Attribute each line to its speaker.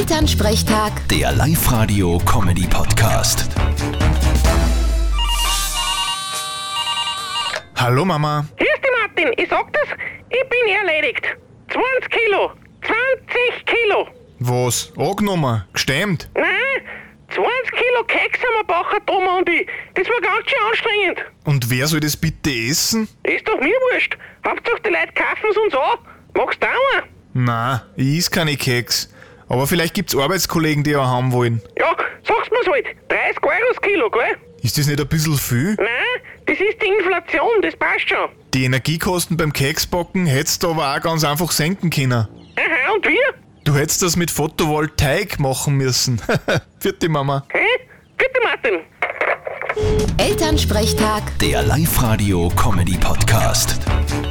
Speaker 1: Elternsprechtag,
Speaker 2: Der Live-Radio-Comedy-Podcast.
Speaker 3: Hallo Mama.
Speaker 4: Grüß dich, Martin. Ich sag das, ich bin erledigt. 20 Kilo. 20 Kilo.
Speaker 3: Was? Angenommen? Gestemmt?
Speaker 4: Nein, 20 Kilo Keks haben wir gebacken, Thomas und ich. Das war ganz schön anstrengend.
Speaker 3: Und wer soll das bitte essen?
Speaker 4: Ist doch mir wurscht. Hauptsache, die Leute kaufen es uns an. Magst du auch einen?
Speaker 3: Na, ich is keine Keks. Aber vielleicht gibt's Arbeitskollegen, die auch haben wollen.
Speaker 4: Ja, sag's mir's halt. 30 Euro das Kilo, gell?
Speaker 3: Ist das nicht ein bisschen viel?
Speaker 4: Nein, das ist die Inflation, das passt schon.
Speaker 3: Die Energiekosten beim Keksbacken hättest du aber auch ganz einfach senken können.
Speaker 4: Aha, und wir?
Speaker 3: Du hättest das mit Photovoltaik machen müssen. Vierte Mama.
Speaker 4: Hä? Bitte, Martin.
Speaker 1: Elternsprechtag.
Speaker 2: Der Live-Radio-Comedy-Podcast.